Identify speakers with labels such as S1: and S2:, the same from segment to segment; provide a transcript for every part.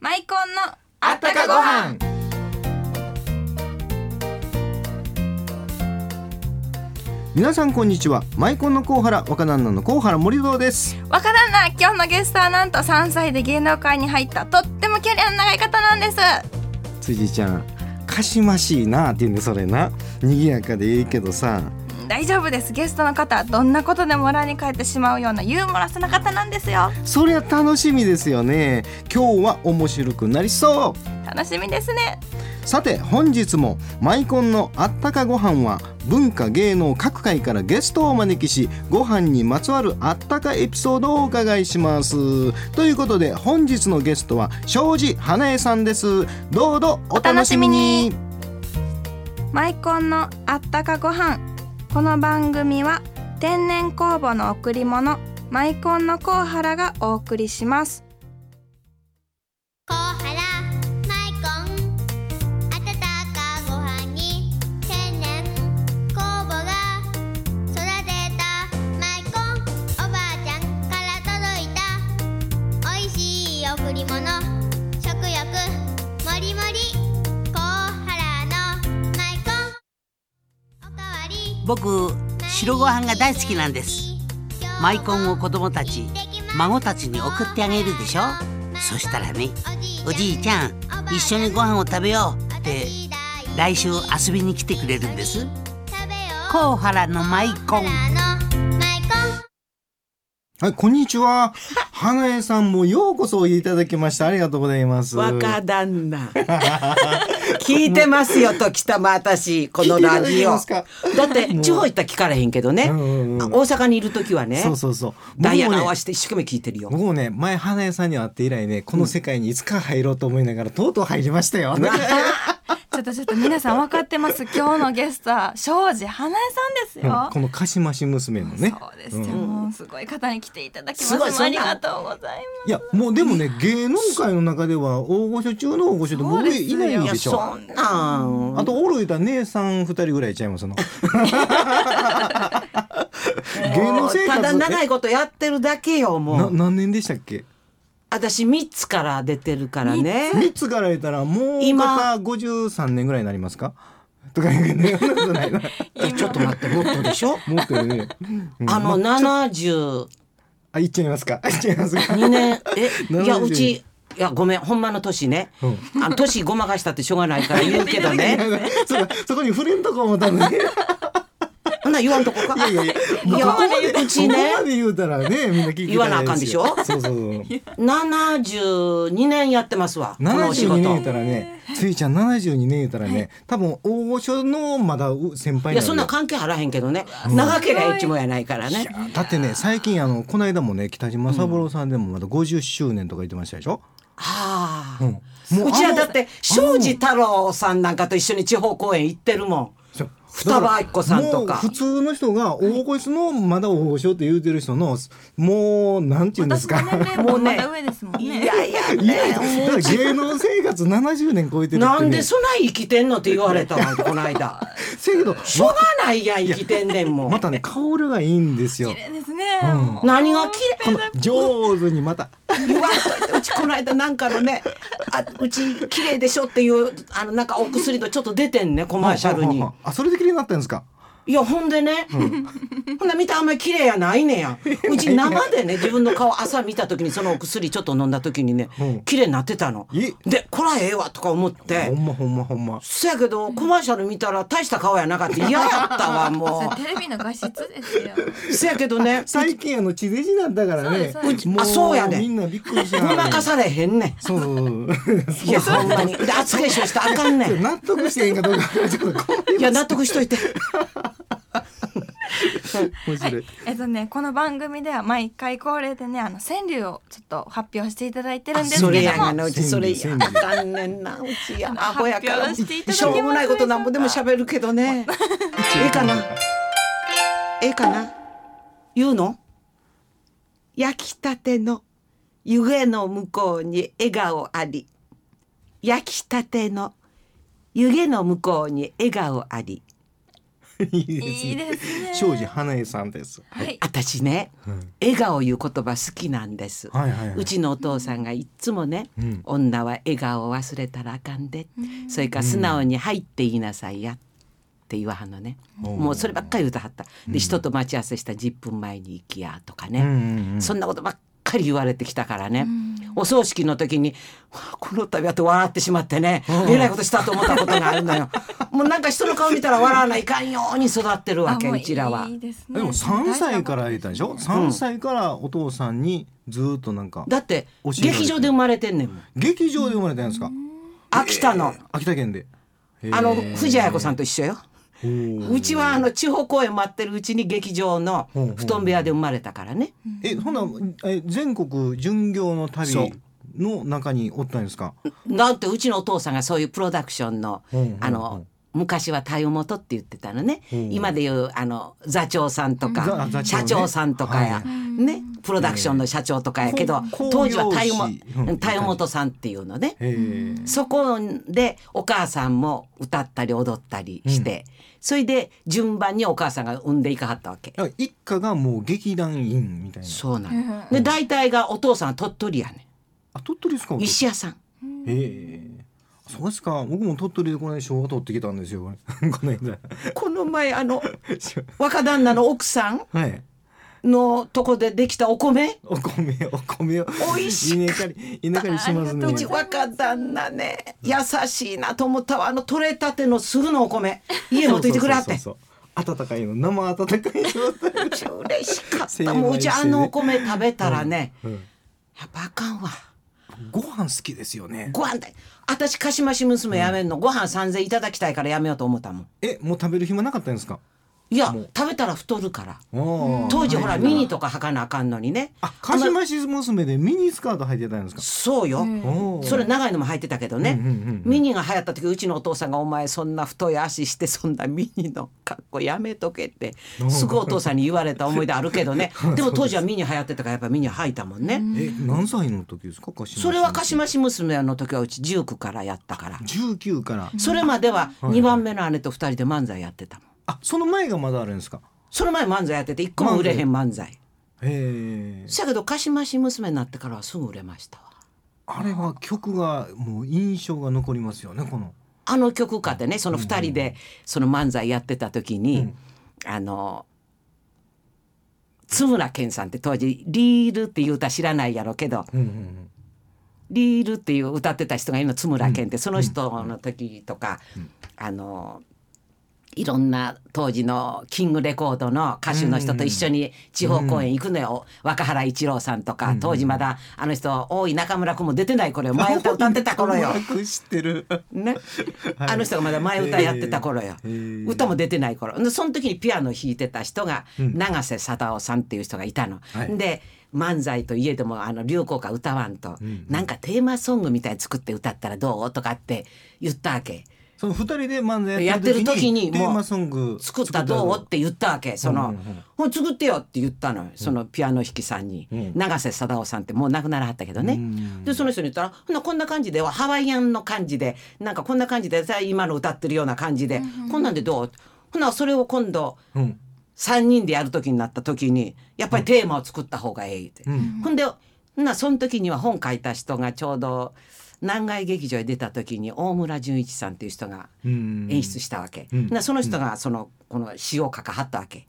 S1: マイコンの
S2: あったかご飯
S3: 皆さんこんにちはマイコンのコウハラ若旦那のコウハラ森堂です
S1: 若旦那今日のゲストはなんと3歳で芸能界に入ったとってもキャリアの長い方なんです
S3: 辻ちゃんかしましいなって言うんでそれな賑やかでいいけどさ
S1: うん大丈夫ですゲストの方はどんなことでも笑いに変えてしまうようなユーモラスな方なんですよ
S3: そりゃ楽しみですよね今日は面白くなりそう
S1: 楽しみですね
S3: さて本日もマイコンのあったかご飯は文化芸能各界からゲストをお招きしご飯にまつわるあったかエピソードをお伺いしますということで本日のゲストは庄司花江さんですどうぞお楽しみに
S1: マイコンのあったかご飯この番組は天然酵母の贈り物マイコンのコウハラがお送りします
S4: コウハラマイコン温かご飯に天然酵母が育てたマイコンおばあちゃんから届いたおいしい贈り物食欲もりもりコウハラのマイコンおかわり
S2: 僕白ご飯が大好きなんですマイコンを子供たち孫たちに送ってあげるでしょそしたらねおじいちゃん一緒にご飯を食べようって来週遊びに来てくれるんですコウハラのマイコン
S3: はいこんに ちは花江さんもようこそおいでいただきましたありがとうございます
S5: 若旦那聞いてますよ時たま私このラジオ
S3: 聞
S5: だ
S3: いていただけますか
S5: って地方行ったら聞かれへんけどね、
S3: うんうんうん
S5: 大阪にいる時はね
S3: そうそうそう
S5: ダイヤ
S3: 僕
S5: の
S3: も
S5: 合
S3: ね
S5: わせて一生懸命聞いてるよ
S3: 僕もね前花屋さんに会って以来ねこの世界にいつか入ろうと思いながら、とうとう入りまし たよ。
S1: ちょっとちょっと皆さん分かってます今日のゲストは庄司花江さんです
S3: うん
S1: よ
S3: このかしまし娘のね
S1: そうです
S3: う
S1: よ、
S3: ん
S1: もうすごい方に来ていただきます
S5: すごい
S1: あ
S5: そん
S1: り
S5: な
S1: がとうございます
S3: いやもうでもね芸能界の中では大御所中の大御所で
S1: そう
S3: 僕
S1: です
S3: い
S1: よ
S3: ないん
S5: いや
S3: でしょ
S5: そんなん
S3: あとおる言うたら姉さん二人ぐらいちゃいま すの芸能生活
S5: ただ長
S3: え
S5: いことやってるだけよも
S3: な
S5: う
S3: 何年でしたっけ
S5: 私3つから出てるからね
S3: 三つから言ったらもう
S5: 今
S3: 方53年ぐらいになりますかとか言うねそんなことないな
S5: えちょっと待ってもっとでしょ
S3: もっとね、うん
S5: あの
S3: ま
S5: 72
S3: あ言っちゃいますか言っちゃいますか
S5: 年 えいや
S3: 72
S5: うちいやごめんほんまの年ね、あの年ごまかしたってしょうがないから言うけど ね
S3: そうだそこに触れんとこ思ったのね。
S5: ほんなら言わんとこか。いやいやいや、うち
S3: こ
S5: ね
S3: こま、で言うたらね、みんな聞きたいすよ
S5: 言わなあかんでしょ
S3: そうそうそう。
S5: 72年やってますわ。このお仕
S3: 72年言
S5: 事
S3: う。たらね、ついちゃん72年言うたらね、多分大御所のまだう
S5: い
S3: 先輩になるよ
S5: や、そんな関係あらへんけどね。長けりゃ一もやないからね。
S3: だってね、最近あのこの間もね、北島三郎さんでもまだ50周年とか言ってましたでしょ。
S5: は
S3: うん
S5: あ。うちはだって、庄司太郎さんなんかと一緒に地方公演行ってるもん。
S3: そう
S5: 双葉愛子さんとか
S3: もう普通の人が大御所のまだ大御所って言うてる人のもうなんて言うんです
S1: 私の
S3: か。
S1: 年齢もまだ上ですもん
S5: い
S1: ね
S5: やいや
S3: いや
S5: ね。
S3: だから芸能生活70年超えてるって、ね、
S5: なんでそない生きてんのって言われた わ、この間。
S3: せやけど
S5: しょうがないやん、生きてんねんも
S3: ま
S5: ん。
S3: たね香りがいいんですよ
S1: 綺麗ですね、もう
S5: 何が綺麗
S3: この上手にまた
S5: 言わんといてうちこの間なんかのねあうち綺麗でしょっていうあのなんかお薬のちょっと出てんねコマーシャルに
S3: ああそれで綺麗になったんですか
S5: いやほんでね、ほんで見たあんまり綺麗やないね やうち生でね自分の顔朝見た時にそのお薬ちょっと飲んだ時にね、
S3: うん
S5: 綺麗になってたの
S3: え
S5: でこらええわとか思って
S3: ほんまほんまほんま
S5: そやけどコマーシャル見たら大した顔やなかった嫌やった わも
S1: それテレビの画質です よ
S5: うそやけどね
S3: 最近あの地デジなんだからね
S1: そうですそうです
S3: も
S5: あそうやね
S3: みんなびっくりし
S5: ご
S3: た
S5: まかされへんね
S3: そうそう そ
S5: んいやほんまにで厚化粧したらあかん ねん
S3: う納得してへんかどうかちょっとこう
S5: いや納得しといて。
S3: 面白い、
S1: えっとねこの番組では毎回恒例でねあの川柳をちょっと発表していただいてるんです
S5: それ
S1: け
S5: や
S1: ど
S5: が
S1: も
S5: なうちそれや残念なうちやアホやから
S1: 発表していただけます
S5: しょうもないことなんぼでも喋るけどねええかなええかな言うの焼きたての湯気の向こうに笑顔あり焼きたての湯気の向こうに笑顔あり
S3: いいです
S1: いい
S3: ね。
S1: ですね。
S3: 庄司花江さんです。
S1: はい。
S5: 私ね、笑顔いう言葉好きなんです、
S3: はいはいはいう
S5: ちのお父さんがいっつもね、
S3: うん
S5: 女は笑顔を忘れたらあかんで、それから素直に入って言いなさいやって言わはんのね、
S3: うん
S5: もうそればっかり言うてはった、で人と待ち合わせした10分前に行きやとかね、
S3: うんうん
S5: そんなことばっかり言われてきたからね、お葬式の時にはあこの度はと笑ってしまってね、えらいことしたと思ったことがあるのよもうなんか人の顔見たら笑わないかんように育ってるわけ
S1: あも
S5: うちらは。
S1: いいですね
S3: でも三歳から得たでしょ。
S1: うん
S3: 三歳からお父さんにずっとなんか
S5: だって
S3: 教えられてる
S5: 劇場で生まれてんねんもん
S3: 劇場で生まれたんですか。
S5: 秋田の、
S3: 秋田県で。
S5: あの藤あや子さんと一緒よ。うちはあの地方公演待ってるうちに劇場の布団部屋で生まれたからね。
S3: え、ほんなえ全国巡業の旅の中におったんですか。
S5: なんてうちのお父さんがそういうプロダクションの
S3: うんうんうん
S5: あの昔は対応元って言ってたのね。今でいうあの座長さんとか
S3: うん座座長ね
S5: 社長さんとかや
S3: は
S5: ねプロダクションの社長とかやけど
S3: こう
S5: 当時は対応
S3: 工業士うん
S5: 対応元さんっていうのね。
S3: へえ。
S5: そこでお母さんも歌ったり踊ったりして、それで順番にお母さんが産んでいかはったわけ。
S3: だから一家がもう劇団員みたいな。
S5: そうなの。で大体がお父さんは鳥取やね
S3: あ、鳥取ですか。お
S5: ん。
S3: 父さん
S5: 石屋さん。
S3: ええそうですか。僕も鳥取でこの間生姜取ってきたんですよ。この間。
S5: この前あの 若旦那の奥さん
S3: はい。
S5: のとこでできたお米。
S3: お米お米を
S5: 美味し
S3: 稲刈り稲刈りします
S1: あ
S3: ね
S1: ありがと
S5: うち若旦那ね優しいなと思ったわあの取れたてのすぐのお米家持ってきてくれはってう
S3: そうそうそうそう温かいの生温かいの
S5: ち 嬉しかった
S3: 精米してね
S5: もううちあのお米食べたらね、
S3: うんうん
S5: やっぱあかんわ
S3: ご飯好きですよね
S5: ご飯だ私かしまし娘やめんの、ご飯3,000いただきたいからやめようと思ったもん
S3: えもう食べる暇なかったんですか
S5: いや食べたら太るから
S3: 当
S5: 当時ほらミニとか履かなあかんのにね
S3: あかしまし娘でミニスカート履いてたんですか
S5: そうよ、
S3: おー
S5: それ長いのも履いてたけどね、
S3: うんうんうん
S5: ミニが流行った時うちのお父さんが「お前そんな太い足してそんなミニの格好やめとけ」ってすぐお父さんに言われた思い出あるけどね でも当時はミニ流行ってたからやっぱミニ履いたもんね、
S3: え何歳の時ですかかしまし
S5: それは鹿島市娘の時はうち19からやったから
S3: 19から
S5: それまでは2番目の姉と2人で漫才やってたもん
S3: あその前がまだあるんですか
S5: その前漫才やってて1個も売れへん漫才
S3: へえ
S5: そやけど鹿島市娘になってからはすぐ売れましたわ
S3: あれは曲がもう印象が残りますよねこの
S5: あの曲かでねその2人でその漫才やってた時に、あの津村健さんって当時「リール」っていう歌知らないやろうけど
S3: うんうん
S5: 「リール」っていう歌ってた人がいるの津村健って、その人の時とか、あのいろんな当時のキングレコードの歌手の人と一緒に地方公演行くのよ、若原一郎さんとか、当時まだあの人大井中村君も出てない頃よ前歌歌ってた 頃よ。
S3: く知ってる
S5: ね、あの人がまだ前歌やってた頃よ、
S3: えーえー
S5: 歌も出てない頃でその時にピアノ弾いてた人が永瀬貞夫さんっていう人がいたの、
S3: はい
S5: で漫才といえどもあの流行歌歌わんと、なんかテーマソングみたいに作って歌ったらどうとかって言ったわけ
S3: その二人で漫才や
S5: やっ
S3: っ
S5: てて
S3: る
S5: る
S3: 時
S5: 時
S3: に
S5: に
S3: テ
S5: もう
S3: ーマソング
S5: 作ったらどうって言ったわけその、
S3: うんうんうん
S5: ほん作ってよって言ったのよそのピアノ弾きさんに、永瀬貞夫さんってもう亡くならはったけどね、でその人に言ったらほなこんな感じではハワイアンの感じでなんかこんな感じでさ今の歌ってるような感じで、こんなんでどうほなそれを今度
S3: うん
S5: 3人でやる時になった時にやっぱりテーマを作った方がええって、
S3: ん
S5: ほんでほなその時には本書いた人がちょうど南海劇場へ出た時に大村純一さんっていう人が
S3: うん
S5: 演出したわけ、
S3: ん
S5: なその人がそのこの詩を書かはったわけ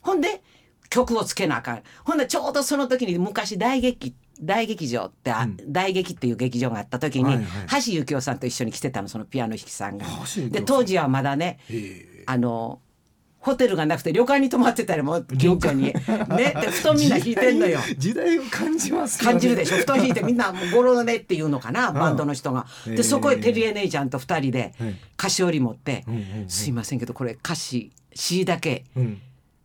S5: ほんで曲をつけなあかんほんでちょうどその時に昔大劇大劇場って、あ大劇っていう劇場があった時に、
S3: はいはい
S5: 橋幸夫さんと一緒に来てたのそのピアノ弾きさんが
S3: 橋幸夫さん
S5: で当時はまだねあのホテルがなくて旅館に泊まってたりも近所にねで布団みんな引いてんの よ
S3: 時代を感じますよね
S5: 感じるでしょ布団引いてみんなもうゴロねっていうのかなバンドの人が。
S3: へ
S5: で
S3: え
S5: そこへテリエ姉ちゃんと2人で
S3: はい
S5: 菓子折り持って
S3: んうんう
S5: 「すいませんけどこれ歌詞 C だけ
S3: うん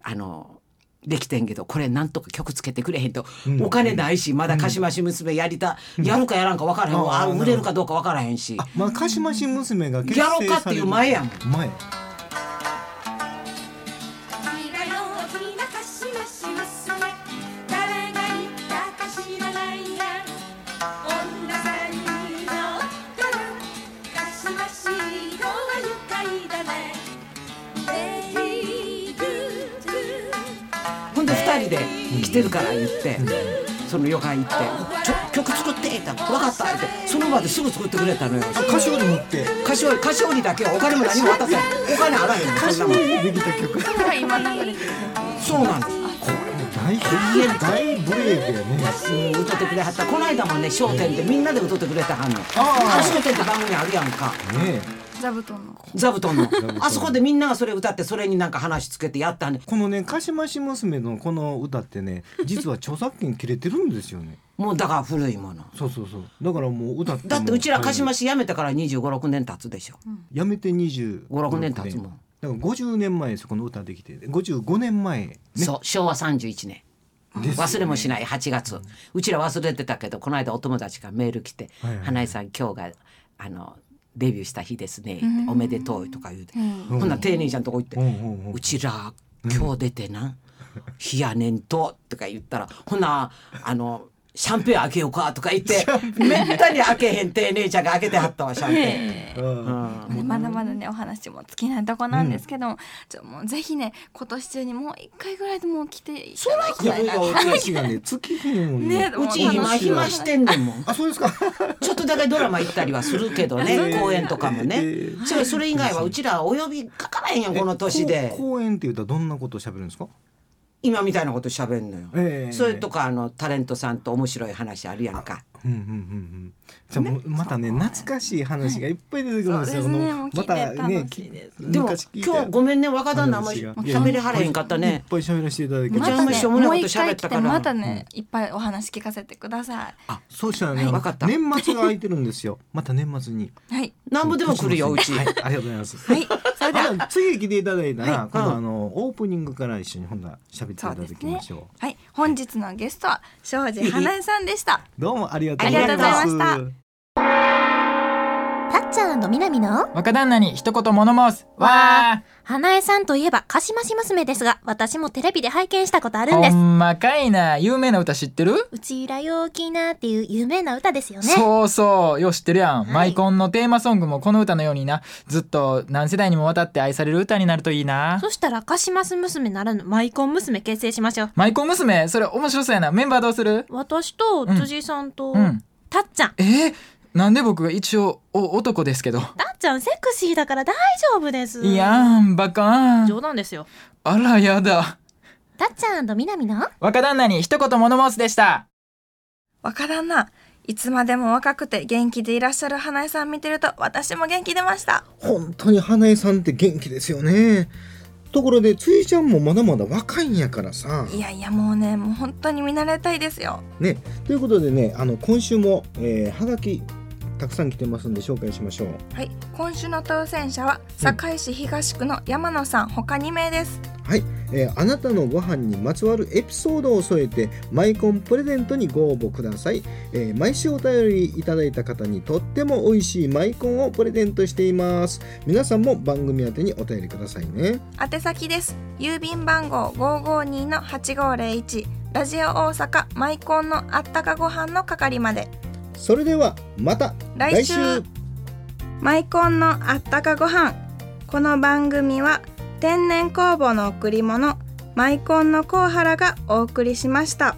S5: あのできてんけどこれなんとか曲つけてくれへんとお金ないしまだかしまし娘やりたやるかやらんか分からへん
S3: うん
S5: わあ
S3: あー
S5: 売れるかどうか分からへんし
S3: あまあかしまし娘が結成され
S5: や
S3: る
S5: ろうかっていう前やも
S3: 前
S6: 君が陽気なかしまし娘誰が言ったか知らないや女三人のからかしまし色は愉快だねぜひ
S5: 2人で来てるから言って、その旅館行って「ちょ曲作って」って「分かった」ってその場ですぐ作ってくれたのよ
S3: 歌詞より持って
S5: 菓子折り菓子折りだけはお金も何も渡せないお金あらへんのそんなもん
S3: できた曲
S7: だから今流れてる
S5: そうなんです
S3: 大変大ブレークやね
S5: うん歌ってくれはったこの間もね『笑点』でみんなで歌ってくれてはんの『笑点』って番組あるやんか
S3: ね
S7: 座布団の
S5: 座布団のあそこでみんながそれ歌ってそれになんか話つけてやったんで
S3: このね鹿島市娘のこの歌ってね実は著作権切れてるんですよね
S5: もうだから古いもの
S3: そうそうそうだからもう歌っても
S5: だってうちら鹿島市辞めたから2 5 6年経つでしょ
S3: やめて
S5: 5
S3: 25
S5: 6年経つもん
S3: だから50年前ですこの歌できて55年前ね
S5: そう昭和31年忘れもしない8月うちら忘れてたけどこの間お友達がメール来て
S3: はい
S5: 「
S3: はい
S5: 花井さん今日があのデビューした日ですね」おめでとう」とか言うて
S3: ん
S5: ほんなら丁寧にちゃんとこ行って
S3: うんうんうん
S5: うちら今日出てな「日やねんと」とか言ったらほなあのシャンペン開けようかとか言ってめったに開けへん丁寧ちゃんが開けてはったわシャンペン。うん
S7: まだまだねお話も尽きないとこなんですけども、ちょもうぜひね今年中にもう一回ぐらいでもう来ていただき
S3: い
S7: た
S3: や
S7: いな
S3: お話がね尽きへんもん
S7: ね
S5: うち今暇してんねんもん
S3: あそう ですか
S5: ちょっとだけドラマ行ったりはするけ どね公演とかも
S3: え
S5: ね
S3: ー
S5: それそれ以外はうちらお呼びかからへんやんこの年で
S3: こう公演って言うとどんなことを喋るんですか
S5: 今みたいなこと喋んのよ、
S3: ええ
S5: それとかあのタレントさんと面白い話あるやんか
S3: うんうんうんうんじゃあもうまたね懐かしい話がいっぱい出てくるんですよ、
S7: そうですね
S3: この
S7: もう聞い
S3: ま
S7: て
S3: たね
S7: 楽しいです
S5: でも
S3: 昔聞いた
S5: 今日ごめんね若旦那あんまり
S3: 話が
S5: 喋れはれへんかった
S3: いっ
S5: ね
S3: ぱい喋らせていただきま
S7: ま
S5: ち
S3: し
S5: ゃ
S7: た
S5: あん
S3: た
S5: まり
S7: ね
S5: しょうもない
S7: もう
S5: こと
S7: 一
S5: 喋っ
S7: 回
S5: た
S7: 来
S5: か
S7: て
S5: ら
S7: またね、いっぱいお話聞かせてくださ
S3: あそうしたらね、
S5: はいわかった
S3: 年末が空いてるんですよまた年末に
S7: いはい
S5: なんぼでも来るようち、
S3: はい、ありがとうございます
S7: はいそれで
S3: あの次来ていただいたら、
S5: はい
S3: 今度あのオープニングから一緒に今度は喋っていただきましょう
S7: はい本日のゲストは庄司花江さんでした
S3: どうもありがとうございます
S7: ありがとうございました
S8: たっちゃんとみなみの
S9: 若旦那に一言物申す。わ
S8: 花江さんといえばかしまし娘ですが私もテレビで拝見したことあ
S9: ー
S8: るんです
S9: ほんまかいな。有名な歌知ってる、
S8: うちら陽気なっていう有名な歌ですよね
S9: そうそう。よ、知ってるやん、
S8: はい
S9: マイコンのテーマソングもこの歌のようにな。ずっと何世代にもわたって愛される歌になるといいな。
S8: そしたらかしまし娘ならぬマイコン娘結成しましょう
S9: マイコン娘、それ面白そうやな。メンバーどうする
S8: 私と
S9: うん
S8: 辻さんと、
S9: うん。
S8: たっちゃん
S9: えー、なんで僕が一応、お、男ですけど。
S8: たっちゃんセクシーだから大丈夫です
S9: いやん、バカー
S8: 冗
S9: ン。
S8: 談ですよ
S9: あら、やだ。
S8: たっちゃんとみなみの
S9: 若旦那に一言物申すでした。
S7: 若旦那いつまでも若くて元気でいらっしゃる花江さん見てると私も元気出ました
S3: 本当に花江さんって元気ですよねところでついちゃんもまだまだ若いんやからさ
S7: いやいやもうねもう本当に見慣れたいですよ
S3: ねということでねあの今週も、えー、はがきたくさん来てますんで紹介しましょう
S7: はい今週の当選者は堺市東区の山野さん他2名です
S3: はい、えーあなたのご飯にまつわるエピソードを添えてマイコンプレゼントにご応募ください、えー毎週お便りいただいた方にとっても美味しいマイコンをプレゼントしています皆さんも番組宛てにお便りくださいね
S7: 宛先です郵便番号552-8501ラジオ大阪マイコンのあったかご飯の係まで
S3: それではまた
S7: 来週マイコンのあったかご飯この番組は天然酵母の贈り物マイコンのコウハラがお送りしました。